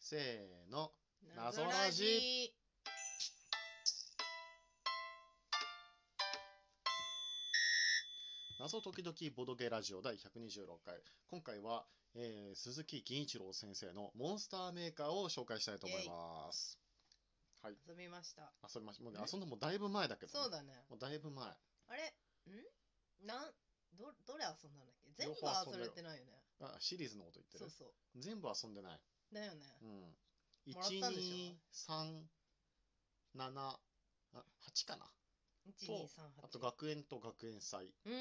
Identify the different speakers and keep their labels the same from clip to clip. Speaker 1: せーの謎ラジ謎時々ボドゲラジオ第126回今回は、えー鈴木銀一郎先生のモンスターメーカーを紹介したいと思いますはい
Speaker 2: 遊びました
Speaker 1: 遊びましもうね
Speaker 2: ね
Speaker 1: 遊んだのもだいぶ前だけどね、
Speaker 2: そうだね
Speaker 1: もうだいぶ前
Speaker 2: あれんなんどどれ遊んだんだっけ全
Speaker 1: 両
Speaker 2: 部
Speaker 1: 方
Speaker 2: は
Speaker 1: 遊んだ
Speaker 2: 遊べ
Speaker 1: よ
Speaker 2: てないよね
Speaker 1: あシリーズのこと言って
Speaker 2: そ
Speaker 1: る
Speaker 2: うそ
Speaker 1: 全部遊んでないう
Speaker 2: だよね
Speaker 1: うん
Speaker 2: もらったんでし
Speaker 1: 1237あ8かな
Speaker 2: 1238
Speaker 1: あと学園と学園祭
Speaker 2: うーん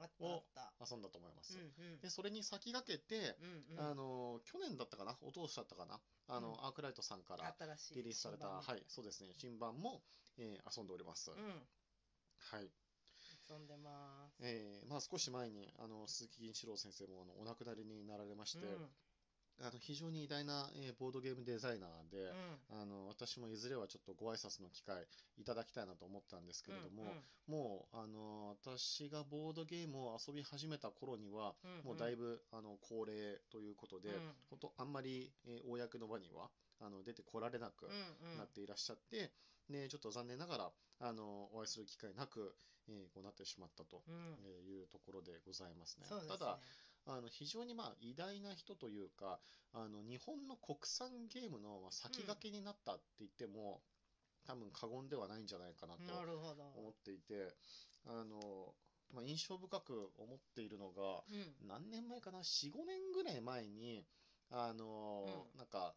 Speaker 2: あったあ
Speaker 1: を
Speaker 2: った
Speaker 1: 遊んだと思いま
Speaker 2: う
Speaker 1: す、
Speaker 2: んうん
Speaker 1: でそれに先駆けて、
Speaker 2: うんうん
Speaker 1: あの去年だったかなお通しだったかなあの、
Speaker 2: うん
Speaker 1: アークライトさんから
Speaker 2: 新しい
Speaker 1: リリースされた
Speaker 2: 新版
Speaker 1: はいそうですね新版も、えー遊んでおります、
Speaker 2: う
Speaker 1: はい
Speaker 2: ん遊んでます
Speaker 1: えーまあ少し前にあの鈴木銀志郎先生もあのお亡くなりになられまして、
Speaker 2: うん
Speaker 1: あの非常に偉大な、えーボードゲームデザイナーで、
Speaker 2: うん
Speaker 1: あの私もいずれはちょっとご挨拶の機会いただきたいなと思ったんですけれども、
Speaker 2: うん
Speaker 1: もうあの私がボードゲームを遊び始めた頃には、
Speaker 2: うんん
Speaker 1: もうだいぶあの高齢ということで、
Speaker 2: うん
Speaker 1: 本当あんまり、えー公の場にはあの出てこられなく
Speaker 2: うんうん
Speaker 1: なっていらっしゃって、ね、ちょっと残念ながらあのお会いする機会なく、えーこうなってしまったと。
Speaker 2: うん
Speaker 1: えーいうところでございますね。
Speaker 2: そうですね
Speaker 1: ただあの非常にまあ偉大な人というかあの日本の国産ゲームのまあ先駆けになったって言っても、多分過言ではないんじゃないかなと
Speaker 2: なるほ
Speaker 1: 思っ
Speaker 2: ど
Speaker 1: ていてあの、まあ、印象深く思っているのが
Speaker 2: うん
Speaker 1: 何年前かな45年ぐらい前にあの、
Speaker 2: うん
Speaker 1: なんか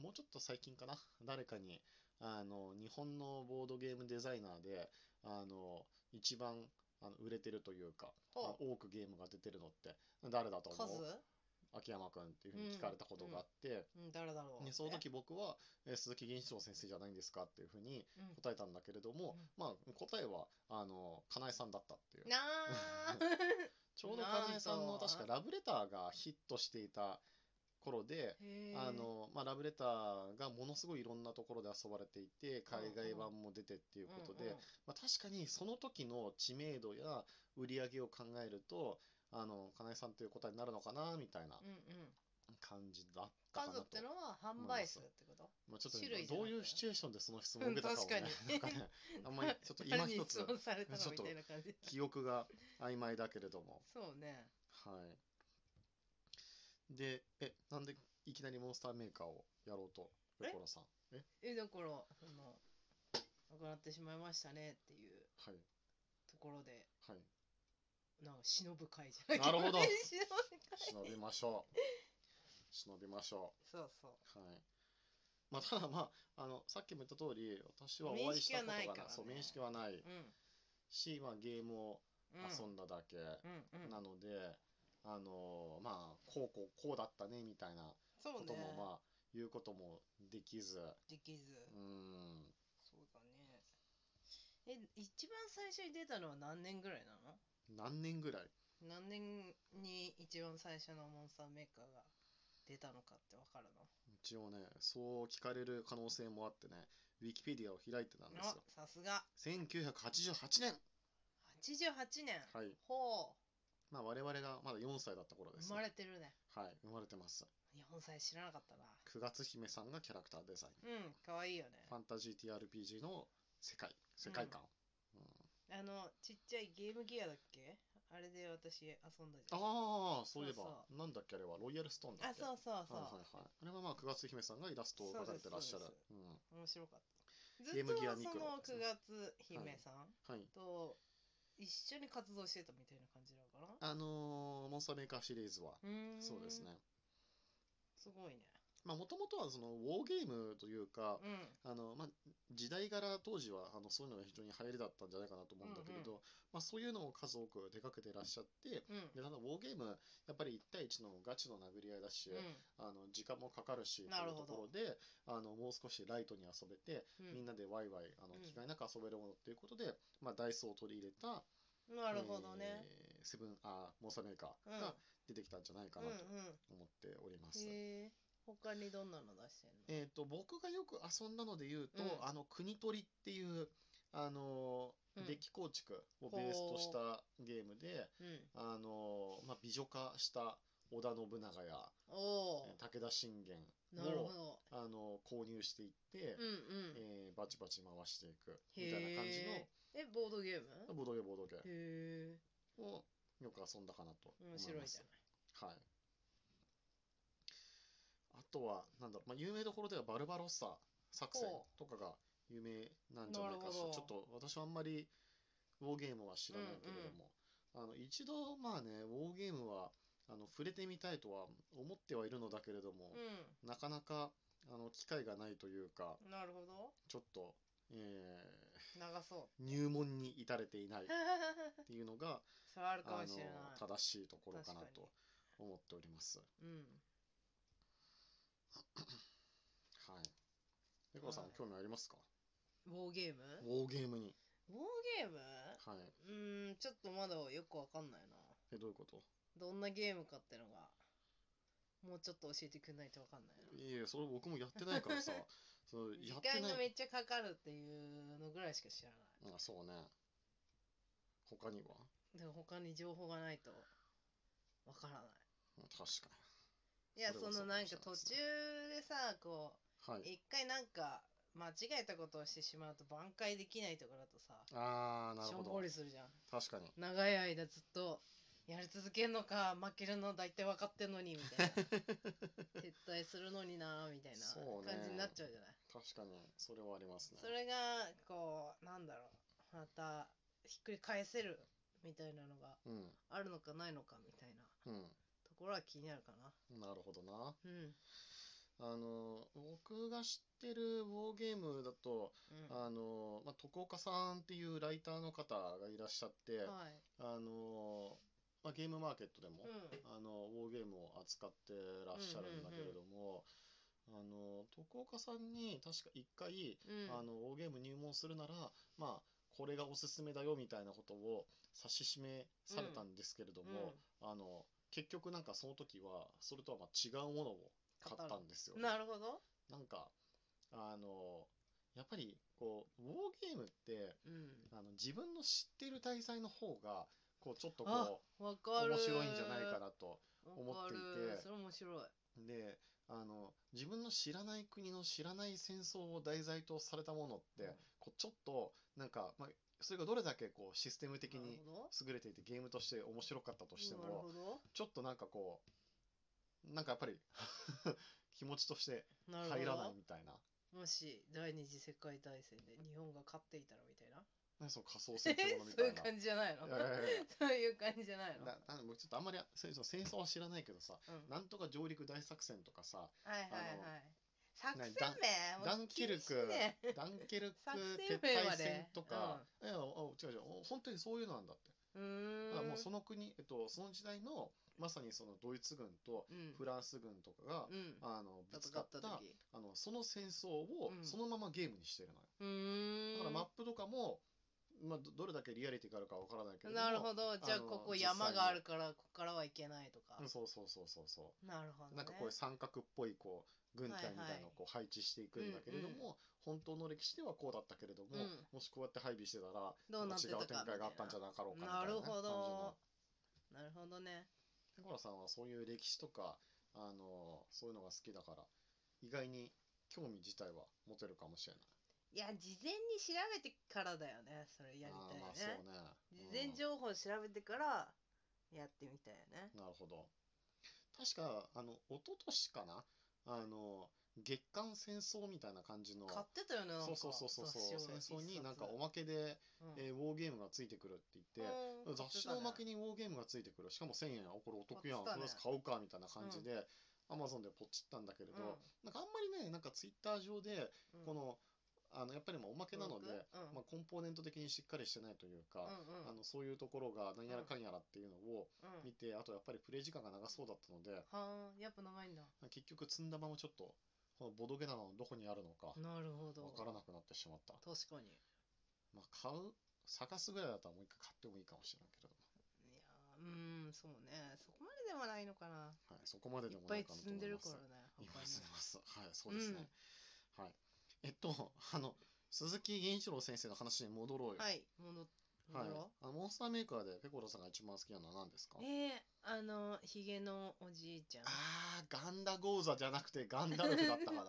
Speaker 1: もうちょっと最近かな誰かにあの日本のボードゲームデザイナーであの一番あの売れてるというか
Speaker 2: ほう
Speaker 1: あの多くゲームが出てるのって誰だと思
Speaker 2: 数
Speaker 1: う秋山君っていうふうに聞かれたことがあって、
Speaker 2: うん誰だろう
Speaker 1: ね、その時僕は、えー鈴木源一郎先生じゃないんですかっていうふうに
Speaker 2: うん
Speaker 1: 答えたんだけれども、まあ答えはあのかなえさんだったっていう
Speaker 2: なあ
Speaker 1: ちょうどかなえさん
Speaker 2: な
Speaker 1: の
Speaker 2: んと
Speaker 1: 確かラブレターがヒットしていた頃で、
Speaker 2: へ ー
Speaker 1: あのまあ、ラブレターがものすごいいろんなところで遊ばれていて海外版も出てっていうことで、
Speaker 2: うんうん
Speaker 1: まあ、確かにその時の知名度や売り上げを考えるとあのかなえさんという答えになるのかなみたいな
Speaker 2: うんうん
Speaker 1: 感じだったかな
Speaker 2: 数
Speaker 1: と
Speaker 2: ってのは販売数ってこと
Speaker 1: まあ、ちょっとね
Speaker 2: 種類じゃ
Speaker 1: ど
Speaker 2: な
Speaker 1: う
Speaker 2: く
Speaker 1: いうシチュエーションでその質問を受けたかをね
Speaker 2: うん
Speaker 1: なんか
Speaker 2: 確かに
Speaker 1: ね あんまりちょっと今
Speaker 2: 誰に
Speaker 1: 一
Speaker 2: 質
Speaker 1: つ
Speaker 2: 問されたの
Speaker 1: ちょっ
Speaker 2: み
Speaker 1: と
Speaker 2: たいな感じ
Speaker 1: 記憶が曖昧だけれども
Speaker 2: そうね
Speaker 1: はい。で、え、なんでいきなりモンスターメーカーをやろうと、
Speaker 2: え
Speaker 1: 横田さん。え、
Speaker 2: えだからその亡くなってしまいましたねっていう
Speaker 1: はい、
Speaker 2: ところで
Speaker 1: はい。
Speaker 2: なんか忍ぶ会じゃない
Speaker 1: なるほど
Speaker 2: 忍ぶ会
Speaker 1: 忍びましょう。忍びましょ
Speaker 2: そうそう
Speaker 1: う。はい。まあ、ただまあ、あの、さっきも言った通り、私はお
Speaker 2: 面
Speaker 1: 会いし
Speaker 2: 識
Speaker 1: た
Speaker 2: は
Speaker 1: ことがない
Speaker 2: ないからね
Speaker 1: そう、面識はない
Speaker 2: うん
Speaker 1: し、まあ、ゲームを
Speaker 2: うん
Speaker 1: 遊んだだけ
Speaker 2: うんうん
Speaker 1: なので、あのーまあ、こうこうこうだったねみたいな
Speaker 2: そう
Speaker 1: ことも、
Speaker 2: ね
Speaker 1: まあ、言うこともできず、
Speaker 2: できず
Speaker 1: うん、
Speaker 2: そうだねえ一番最初に出たのは何年ぐらいなの
Speaker 1: 何年ぐらい
Speaker 2: 何年に一番最初のモンスターメーカーが出たのかってわかるの
Speaker 1: 一応ね、そう聞かれる可能性もあってね、ウィキペディアを開いてたんで
Speaker 2: あ
Speaker 1: すよ。
Speaker 2: さすが
Speaker 1: 1988年、
Speaker 2: 88年
Speaker 1: はい
Speaker 2: ほ
Speaker 1: まあ、我々がまだ4歳だった頃
Speaker 2: う
Speaker 1: です、
Speaker 2: 生まれてるね
Speaker 1: はい、生まれてます。
Speaker 2: 日本さえ知らなかったな
Speaker 1: 9月姫さんがキャラクターデザイン。
Speaker 2: うんかわいいよね
Speaker 1: ファンタジー TRPG の世界、世界観。うん
Speaker 2: あのちっちゃいゲームギアだっけあれで私遊んだじゃん
Speaker 1: ああ、そういえば
Speaker 2: そう
Speaker 1: なんだっけあれは、ロイヤルストーンだ
Speaker 2: あ
Speaker 1: っけ
Speaker 2: そうそうそう、
Speaker 1: はいはいはい。あれはまあ9月姫さんがイラストを描かれてらっしゃる。
Speaker 2: そうで
Speaker 1: うん
Speaker 2: 面白かったず
Speaker 1: ゲー
Speaker 2: っと
Speaker 1: ムギア
Speaker 2: は
Speaker 1: ミ
Speaker 2: そ
Speaker 1: クロ
Speaker 2: の
Speaker 1: です
Speaker 2: 9
Speaker 1: ね
Speaker 2: 月姫さん
Speaker 1: はい。
Speaker 2: と一緒に活動してたみたいな感じなのかな
Speaker 1: あのーモンスターメーカーシリーズは、
Speaker 2: うーん
Speaker 1: そうですね。
Speaker 2: すごいね
Speaker 1: まあ、もともとはその、ウォーゲームというか、あ
Speaker 2: うん
Speaker 1: のまあ、時代柄当時はあのそういうのが非常に流行りだったんじゃないかなと思うんだけれど、
Speaker 2: うん
Speaker 1: まあ、そういうのを数多く出かけていらっしゃって
Speaker 2: うん
Speaker 1: でただウォーゲームやっぱり1対1のガチの殴り合いだし、
Speaker 2: う
Speaker 1: あの時間もかかるしと
Speaker 2: な
Speaker 1: い
Speaker 2: る
Speaker 1: う
Speaker 2: ほ
Speaker 1: とこ
Speaker 2: ど
Speaker 1: ろであのもう少しライトに遊べて、
Speaker 2: ん
Speaker 1: みん
Speaker 2: な、
Speaker 1: なでワイワイあの
Speaker 2: うん
Speaker 1: 気概なく遊べるものということで、まあ、ダイソーを取り入れた
Speaker 2: なるほど
Speaker 1: え
Speaker 2: ね、
Speaker 1: ーセブンあモンスターメーカーが出てきたんじゃないか
Speaker 2: うん
Speaker 1: な
Speaker 2: う
Speaker 1: と
Speaker 2: ん
Speaker 1: 思っております。
Speaker 2: へえ他にどんなの出してんの
Speaker 1: えー、と僕がよく遊んだので言うと、
Speaker 2: うん
Speaker 1: あの国取りっていう、あのー
Speaker 2: うん
Speaker 1: デッキ構築をベースとしたゲームで、
Speaker 2: うん
Speaker 1: あのーまあ、美女化した織田信長や
Speaker 2: おお
Speaker 1: 武田信玄
Speaker 2: ーなるほど
Speaker 1: あの購入していって
Speaker 2: う、んうん
Speaker 1: えーバチバチ回していくみたいな感じ
Speaker 2: へええボードゲーム
Speaker 1: のボードゲームボードゲー
Speaker 2: へえ
Speaker 1: ムをよく遊んだかなと思い
Speaker 2: 面
Speaker 1: ます。
Speaker 2: 白いじゃない
Speaker 1: はい。あとは、なんだろう、まあ、有名どころではバルバロッサ作戦
Speaker 2: ほ
Speaker 1: とかが有名なんじゃないかし
Speaker 2: なるほ
Speaker 1: ら、
Speaker 2: ど
Speaker 1: ちょっと私はあんまりウォーゲームは知らないけれども、あの一度、まあね、ウォーゲームはあの触れてみたいとは思ってはいるのだけれども、なかなかあの機会がないというか、
Speaker 2: うんなるほど
Speaker 1: ちょっと、え
Speaker 2: 長そ
Speaker 1: ー入門に至れていないっ
Speaker 2: う
Speaker 1: ていうのが、
Speaker 2: それはあるか
Speaker 1: あ
Speaker 2: もしれない
Speaker 1: の正しいところかな
Speaker 2: 確かに
Speaker 1: と思っております。
Speaker 2: うん
Speaker 1: はい。ペコさん
Speaker 2: はい、
Speaker 1: 興味ありますか
Speaker 2: ウォーゲーム
Speaker 1: ウォーゲームに。
Speaker 2: ウォーゲーム
Speaker 1: はい。
Speaker 2: うーんちょっとまだよくわかんないな
Speaker 1: え、どういうこと
Speaker 2: どんなゲームかってのがもうちょっと教えてくれないとわかんないない
Speaker 1: やいや、それ僕もやってないから さ。そう
Speaker 2: 時
Speaker 1: やって
Speaker 2: 間が
Speaker 1: ない。
Speaker 2: めっちゃかかるっていうのぐらいしか知らない
Speaker 1: あ、そうね。他には
Speaker 2: でも他に情報がないとわからない
Speaker 1: うん確か
Speaker 2: いや
Speaker 1: それ
Speaker 2: そ
Speaker 1: は
Speaker 2: の
Speaker 1: そう
Speaker 2: なんか
Speaker 1: か
Speaker 2: 途
Speaker 1: もし
Speaker 2: 中
Speaker 1: れ
Speaker 2: でさこ
Speaker 1: に。は
Speaker 2: う
Speaker 1: い。
Speaker 2: 一回なんか間違えたことをしてしまうと挽回できないところだとさ
Speaker 1: あー、な
Speaker 2: し
Speaker 1: るほ
Speaker 2: ょんぼ
Speaker 1: ど。
Speaker 2: りするじゃん
Speaker 1: 確かに。
Speaker 2: 長い間ずっとやり続けるのか負けるの大体分かってんのにみた いな撤退するのになみたい
Speaker 1: そう
Speaker 2: な
Speaker 1: ね
Speaker 2: 感じになっちゃうじゃない
Speaker 1: 確かに、それはありますね
Speaker 2: そ。れがこうなんだろうまたひっくり返せるみたいなのが
Speaker 1: うん。
Speaker 2: あるのかないのかみたいな
Speaker 1: うん。
Speaker 2: ところは気になるかな
Speaker 1: なるほどな。
Speaker 2: うん
Speaker 1: あの、僕が知ってるウォーゲームだと、
Speaker 2: うん
Speaker 1: あの、まあ、徳岡さんっていうライターの方がいらっしゃって、
Speaker 2: はい
Speaker 1: あの、まあ、ゲームマーケットでも、
Speaker 2: う
Speaker 1: あのウォーゲームを扱ってらっしゃるんだけれども、あの徳岡さんに確か1回、
Speaker 2: んうん
Speaker 1: あのウォーゲーム入門するなら、まあ、これがおすすめだよみたいなことを指し示されたんですけれども、あの結局なんかその時はそれとはまあ違うものを買ったんですよ
Speaker 2: う
Speaker 1: ね、
Speaker 2: んなるほど
Speaker 1: なんかあのやっぱりこうウォーゲームって
Speaker 2: うん
Speaker 1: あの自分の知ってる題材の方がこうちょっと
Speaker 2: あ
Speaker 1: こう
Speaker 2: わかる
Speaker 1: 面白いんじゃないかなと。思っていて
Speaker 2: わかるそれ面白い
Speaker 1: で、あの、自分の知らない国の知らない戦争を題材とされたものって、
Speaker 2: うん
Speaker 1: こうちょっと、なんか、まあ、それがどれだけこうシステム的
Speaker 2: なる
Speaker 1: に
Speaker 2: ほど
Speaker 1: 優れていてゲームとして面白かったとして
Speaker 2: なる
Speaker 1: も、
Speaker 2: ほど
Speaker 1: ちょっとなんかこう、なんかやっぱり 気持ちとして
Speaker 2: なるほど
Speaker 1: 入らないみたいな、
Speaker 2: もし第二次世界大戦で日本が勝っていたらみたいな。
Speaker 1: なんかその仮想
Speaker 2: そ
Speaker 1: 戦
Speaker 2: う
Speaker 1: ってものみた
Speaker 2: い
Speaker 1: いうな。
Speaker 2: 感じじゃないの
Speaker 1: いやいやいや
Speaker 2: そういう感じじゃないの
Speaker 1: ななんか僕ちょっとあんまりそういうその戦争は知らないけどさ、
Speaker 2: うん
Speaker 1: なんとか上陸大作戦とかさ、
Speaker 2: はいはい
Speaker 1: あの
Speaker 2: はい。作戦
Speaker 1: ダン
Speaker 2: 名もう
Speaker 1: ダンケル
Speaker 2: 厳しい
Speaker 1: ク
Speaker 2: ね、
Speaker 1: ダンケルク
Speaker 2: 作戦
Speaker 1: 撤
Speaker 2: 名ま
Speaker 1: 退
Speaker 2: で
Speaker 1: 戦とか、いや、あ違う違う、本当にそういうのなんだって。だ
Speaker 2: う
Speaker 1: から
Speaker 2: ーん。
Speaker 1: もうその国、えっと、その時代の、まさにそのドイツ軍と
Speaker 2: うん
Speaker 1: フランス軍とかが、
Speaker 2: うん。
Speaker 1: あの、ぶつ
Speaker 2: 戦
Speaker 1: かっ、
Speaker 2: ったた時。
Speaker 1: あの、その戦争を
Speaker 2: うん
Speaker 1: そのままゲームにしてるのよ。
Speaker 2: うーん。
Speaker 1: だからマップとかも、まあ、どどれだけリアリティがあるかわからないけれども。
Speaker 2: なるほど。じゃあ
Speaker 1: あの
Speaker 2: ここ
Speaker 1: 実際に
Speaker 2: 山があるからここからはいけないとか
Speaker 1: う。んそうそうそうそうそう。
Speaker 2: なるほど、ね。
Speaker 1: なんかこういう三角っぽいこう軍隊みたいなのをこう配置していくんだけれども、
Speaker 2: うんう
Speaker 1: 本当の歴史ではこうだったけれども、
Speaker 2: うん
Speaker 1: もしこうやって配備してたら
Speaker 2: どうな
Speaker 1: ま
Speaker 2: って
Speaker 1: た違
Speaker 2: たか
Speaker 1: う展開があったんじゃ
Speaker 2: な
Speaker 1: なかろうかみたい
Speaker 2: な
Speaker 1: な、ね、
Speaker 2: るほ
Speaker 1: 感じの
Speaker 2: ど。なるほどね。
Speaker 1: ペコラさんはそういう歴史とかあのそういうのが好きだから意外に興味自体は持てるかもしれない。
Speaker 2: いや、事前に調べてからだよね。それやりたい
Speaker 1: あーまあ
Speaker 2: よね。
Speaker 1: そうね
Speaker 2: 事前情報を調べてからやってみたいよね。
Speaker 1: うんなるほど確かあの一昨年かなあの月刊戦争みたいな感じの
Speaker 2: 買ってたよね、なんか
Speaker 1: そうそうそうそうそう戦争になんかお
Speaker 2: ま
Speaker 1: まけで、
Speaker 2: え
Speaker 1: えーウォーゲームがついてくるって言って、雑誌のおまけにウォーゲームがついてくるしかも1000円あこれお得やん、
Speaker 2: 買っ
Speaker 1: とりあ
Speaker 2: てたね
Speaker 1: えず買うかみたいな感じで、Amazon でポチったんだけれど、なんかあんまりねなんか Twitter 上でこのあのやっぱりまあおまけなので、まあ、コンポーネント的にしっかりしてないというか、あのそういうところが何やらかんやらっていうのを見て、あとやっぱりプレイ時間が長そうだったので
Speaker 2: はあやっぱ長いんだ
Speaker 1: 結局積んだままちょっとこのボドゲなのどこにあるのか
Speaker 2: なるほど
Speaker 1: わからなくなってしまった、
Speaker 2: 確かに
Speaker 1: まあ、買う探すぐらいだったらもう一回買ってもいいかもしれないけれど
Speaker 2: いやーうんそうねそこまででもないのかな
Speaker 1: も、はい、そこまで
Speaker 2: い
Speaker 1: で
Speaker 2: っ
Speaker 1: も
Speaker 2: ぱ
Speaker 1: ない
Speaker 2: い
Speaker 1: かなと
Speaker 2: 積
Speaker 1: 思
Speaker 2: ん
Speaker 1: い
Speaker 2: でる
Speaker 1: ま
Speaker 2: か
Speaker 1: す
Speaker 2: らね
Speaker 1: い
Speaker 2: 他
Speaker 1: ま
Speaker 2: に
Speaker 1: すいますはいそうですね、はいえっとあの鈴木源一郎先生の話に戻ろうよ、
Speaker 2: はい戻
Speaker 1: はい
Speaker 2: なんだろ
Speaker 1: あ
Speaker 2: う。
Speaker 1: のモンスターメーカーでペコロさんが一番好きなのは何ですか
Speaker 2: ええあのひげのおじいちゃん
Speaker 1: あーガンダゴーザじゃなくてガンダルフだったかな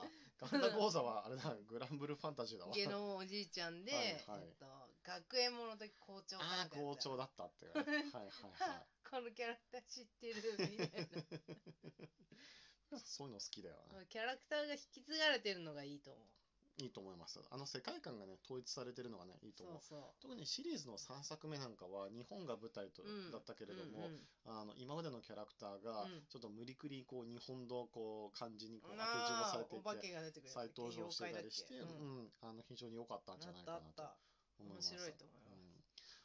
Speaker 1: ガンダゴーザはあれだグランブルファンタジーだわ
Speaker 2: ひげのおじいちゃんで、
Speaker 1: はいはい
Speaker 2: えっと、学園もの時校長かな
Speaker 1: あ
Speaker 2: ん
Speaker 1: あ
Speaker 2: かや
Speaker 1: 校
Speaker 2: った
Speaker 1: 長だったっていうはいはいは
Speaker 2: は このキャラクター知ってるみたいな
Speaker 1: いそういうの好きだよ ね
Speaker 2: キャラクターが引き継がれてるのがいいと思う
Speaker 1: いいと思いますあの世界観がね統一されてるのがねいいと
Speaker 2: そ
Speaker 1: 思う
Speaker 2: うそう
Speaker 1: 特にシリーズの3作目なんかは日本が舞台と、
Speaker 2: うん
Speaker 1: だったけれど
Speaker 2: うん
Speaker 1: も、
Speaker 2: うん
Speaker 1: あの今までのキャラクターが
Speaker 2: うん
Speaker 1: ちょっと無理くりこう日本のこう感じにこう
Speaker 2: ま
Speaker 1: 悪事をさ
Speaker 2: あ
Speaker 1: れてい
Speaker 2: お化
Speaker 1: て
Speaker 2: けが出てくる
Speaker 1: 再登場してたりして、
Speaker 2: 妖怪だっ
Speaker 1: う
Speaker 2: けうん
Speaker 1: んあの非常に良かったんじゃないか
Speaker 2: あ
Speaker 1: な
Speaker 2: ったあっ
Speaker 1: と
Speaker 2: た
Speaker 1: 思います。
Speaker 2: 面白いと思います
Speaker 1: うん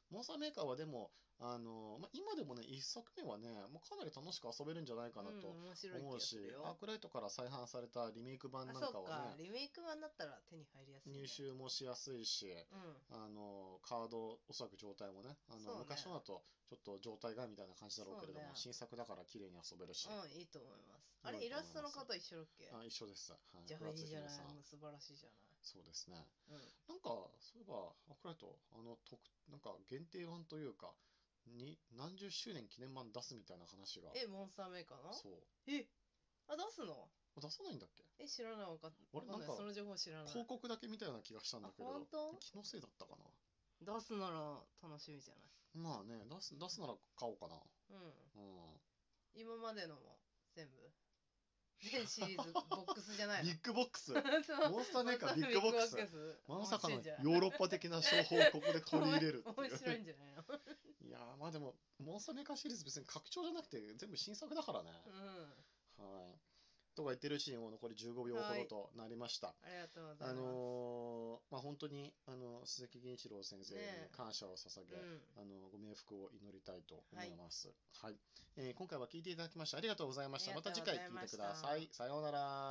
Speaker 1: モンスターメーカーはでも、あのまあ、今でもね、1作目はね、もうかなり楽しく遊べるんじゃないかな
Speaker 2: うん
Speaker 1: と
Speaker 2: 面白い
Speaker 1: 思うし、
Speaker 2: 気がするよ
Speaker 1: アークライトから再販されたリメイク版な
Speaker 2: あ
Speaker 1: ん
Speaker 2: そう
Speaker 1: か
Speaker 2: か
Speaker 1: はね、
Speaker 2: リメイク版だったら手に入りやすいね
Speaker 1: 入手もしやすいし、
Speaker 2: うん
Speaker 1: あのカード、おそらく状態もね、あ
Speaker 2: そう
Speaker 1: の
Speaker 2: ね
Speaker 1: 昔のだとちょっと状態がみたいな感じだろうけれども、
Speaker 2: そうね
Speaker 1: 新作だから綺麗に遊べるし、
Speaker 2: うんいいと思いますあ
Speaker 1: い
Speaker 2: れ
Speaker 1: いと思い
Speaker 2: イラ
Speaker 1: ます
Speaker 2: ストの方一緒だっけ
Speaker 1: あ一緒です。はい、
Speaker 2: じゃあ
Speaker 1: 倉
Speaker 2: いい
Speaker 1: 津
Speaker 2: じゃない
Speaker 1: 姫さん
Speaker 2: もう素晴らしいじゃない
Speaker 1: そうですね。
Speaker 2: うん
Speaker 1: なんか、そういえば、アークライト、あの、特、なんか限定版というか、に、何十周年記念版出すみたいな話が、
Speaker 2: えモンスターメーカーの
Speaker 1: そう。
Speaker 2: えあ出すの
Speaker 1: あ出さないんだっけ
Speaker 2: え知らないわかん
Speaker 1: あれ
Speaker 2: わかん
Speaker 1: なんか
Speaker 2: その情報知らない
Speaker 1: 広告だけみたいな気がしたんだけ
Speaker 2: あ
Speaker 1: ど
Speaker 2: 本当、
Speaker 1: 気のせいだったか
Speaker 2: 出すなら楽しみじゃない
Speaker 1: な。まあね、出す、出すなら買おうかな。
Speaker 2: うん
Speaker 1: う
Speaker 2: 今までのも全部全シリ ーズボックスじゃない
Speaker 1: ん。ビ
Speaker 2: の
Speaker 1: ッグボックス
Speaker 2: そう
Speaker 1: モンスターメーカービッグボックス
Speaker 2: モンスタービッグボックス
Speaker 1: まさかのヨ
Speaker 2: 面白いんじゃない
Speaker 1: ーロッパ的な商法をここで取り入れるってい
Speaker 2: 面白い
Speaker 1: うん
Speaker 2: じゃないの
Speaker 1: いやーまあでもモンスターメーカーシリーズ別に拡張じゃなくて全部新作だからね、
Speaker 2: うん
Speaker 1: はいとか言ってるうちにもう残り15秒ほ
Speaker 2: は
Speaker 1: ど
Speaker 2: い
Speaker 1: となりました
Speaker 2: ありがとうございます
Speaker 1: あのーまあ本当にあの鈴木銀一郎先生に
Speaker 2: ねえ
Speaker 1: 感謝を捧げ、
Speaker 2: うん
Speaker 1: あのご冥福を祈りたいと思います。はい、えー今回は聞いていただきましてありがとうございました。
Speaker 2: あり
Speaker 1: ま
Speaker 2: がと
Speaker 1: た
Speaker 2: うご
Speaker 1: 次
Speaker 2: ざい
Speaker 1: 回
Speaker 2: ました
Speaker 1: 聞いてください。さようなら。